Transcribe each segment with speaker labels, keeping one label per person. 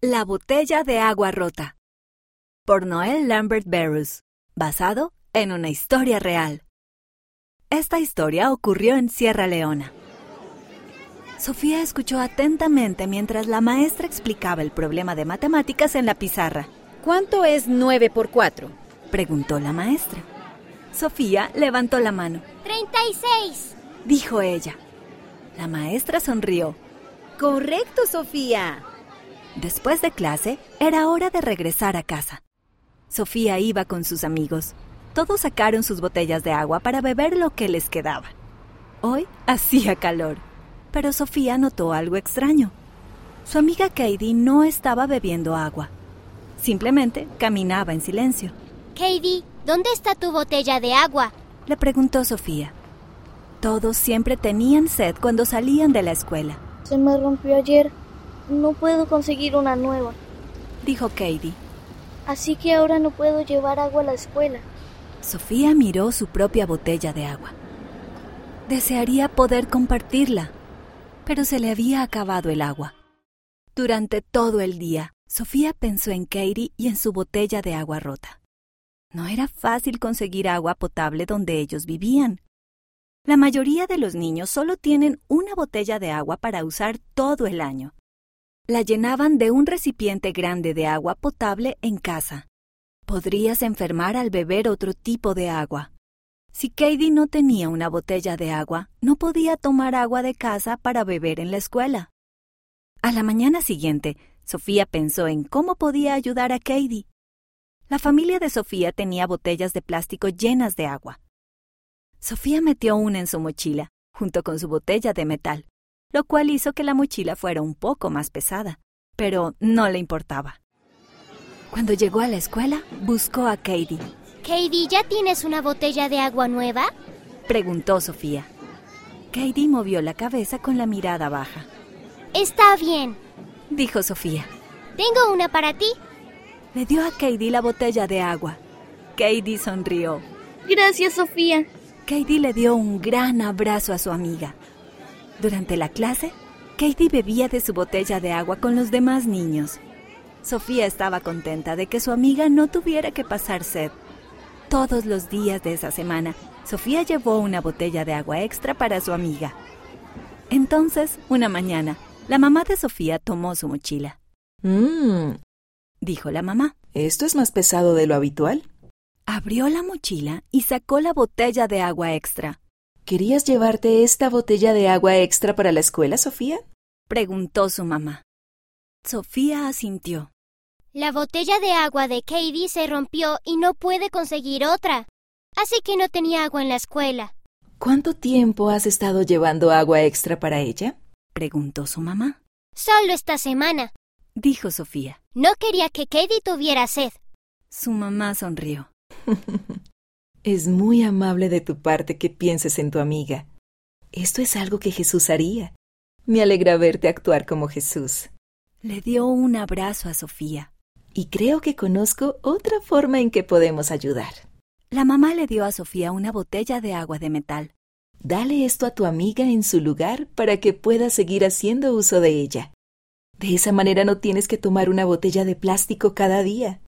Speaker 1: La botella de agua rota. Por Noel Lambert Barrows, basado en una historia real. Esta historia ocurrió en Sierra Leona. Sofía escuchó atentamente mientras la maestra explicaba el problema de matemáticas en la pizarra.
Speaker 2: ¿Cuánto es 9 por 4?
Speaker 1: Preguntó la maestra. Sofía levantó la mano,
Speaker 3: 36.
Speaker 1: dijo ella. La maestra sonrió.
Speaker 2: Correcto, Sofía.
Speaker 1: Después de clase, era hora de regresar a casa. Sofía iba con sus amigos. Todos sacaron sus botellas de agua para beber lo que les quedaba. Hoy hacía calor, pero Sofía notó algo extraño. Su amiga Katie no estaba bebiendo agua. Simplemente caminaba en silencio.
Speaker 3: Katie, ¿dónde está tu botella de agua?
Speaker 1: Le preguntó Sofía. Todos siempre tenían sed cuando salían de la escuela,
Speaker 4: Se me rompió ayer. No puedo conseguir una nueva.
Speaker 1: dijo Katie.
Speaker 4: Así que ahora no puedo llevar agua a la escuela.
Speaker 1: Sofía miró su propia botella de agua. Desearía poder compartirla, pero se le había acabado el agua. Durante todo el día, Sofía pensó en Katie y en su botella de agua rota. No era fácil conseguir agua potable donde ellos vivían. La mayoría de los niños solo tienen una botella de agua para usar todo el año. La llenaban de un recipiente grande de agua potable en casa podrías enfermar al beber otro tipo de agua. Si Katie no tenía una botella de agua, no podía tomar agua de casa para beber en la escuela. A la mañana siguiente, Sofía pensó en cómo podía ayudar a Katie. La familia de Sofía tenía botellas de plástico llenas de agua. Sofía metió una en su mochila, junto con su botella de metal, lo cual hizo que la mochila fuera un poco más pesada, pero no le importaba. Cuando llegó a la escuela, buscó a Katie.
Speaker 3: Katie, ¿ya tienes una botella de agua nueva?
Speaker 1: Preguntó Sofía. Katie movió la cabeza con la mirada baja.
Speaker 3: Está bien.
Speaker 1: Dijo Sofía.
Speaker 3: Tengo una para ti.
Speaker 1: Le dio a Katie la botella de agua. Katie sonrió.
Speaker 4: Gracias, Sofía.
Speaker 1: Katie le dio un gran abrazo a su amiga. Durante la clase, Katie bebía de su botella de agua con los demás niños. Sofía estaba contenta de que su amiga no tuviera que pasar sed. Todos los días de esa semana, Sofía llevó una botella de agua extra para su amiga. Entonces, una mañana, la mamá de Sofía tomó su mochila.
Speaker 5: Mmm,
Speaker 1: Dijo la mamá,
Speaker 5: esto es más pesado de lo habitual.
Speaker 1: abrió la mochila y sacó la botella de agua extra.
Speaker 5: ¿Querías llevarte esta botella de agua extra para la escuela, Sofía?
Speaker 1: Preguntó su mamá. Sofía asintió.
Speaker 3: La botella de agua de Katie se rompió y no puede conseguir otra. Así que no tenía agua en la escuela.
Speaker 5: ¿Cuánto tiempo has estado llevando agua extra para ella?
Speaker 1: Preguntó su mamá.
Speaker 3: Solo esta semana.
Speaker 1: Dijo Sofía.
Speaker 3: No quería que Katie tuviera sed.
Speaker 1: Su mamá sonrió.
Speaker 5: Es muy amable de tu parte que pienses en tu amiga. Esto es algo que Jesús haría. Me alegra verte actuar como Jesús.
Speaker 1: Le dio un abrazo a Sofía.
Speaker 5: Y creo que conozco otra forma en que podemos ayudar.
Speaker 1: La mamá le dio a Sofía una botella de agua de metal.
Speaker 5: Dale esto a tu amiga en su lugar para que pueda seguir haciendo uso de ella. De esa manera no tienes que tomar una botella de plástico cada día.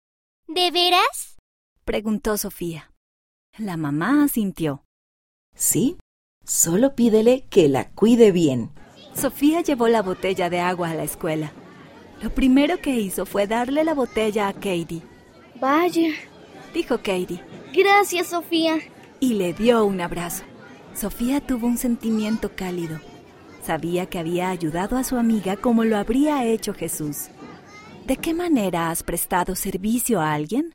Speaker 3: ¿De veras?
Speaker 1: Preguntó Sofía. La mamá asintió.
Speaker 5: ¿Sí? Solo pídele que la cuide bien.
Speaker 1: Sofía llevó la botella de agua a la escuela. Lo primero que hizo fue darle la botella a Katie.
Speaker 4: Vaya.
Speaker 1: Dijo Katie.
Speaker 4: Gracias, Sofía.
Speaker 1: y le dio un abrazo. Sofía tuvo un sentimiento cálido. Sabía que había ayudado a su amiga como lo habría hecho Jesús. ¿De qué manera has prestado servicio a alguien?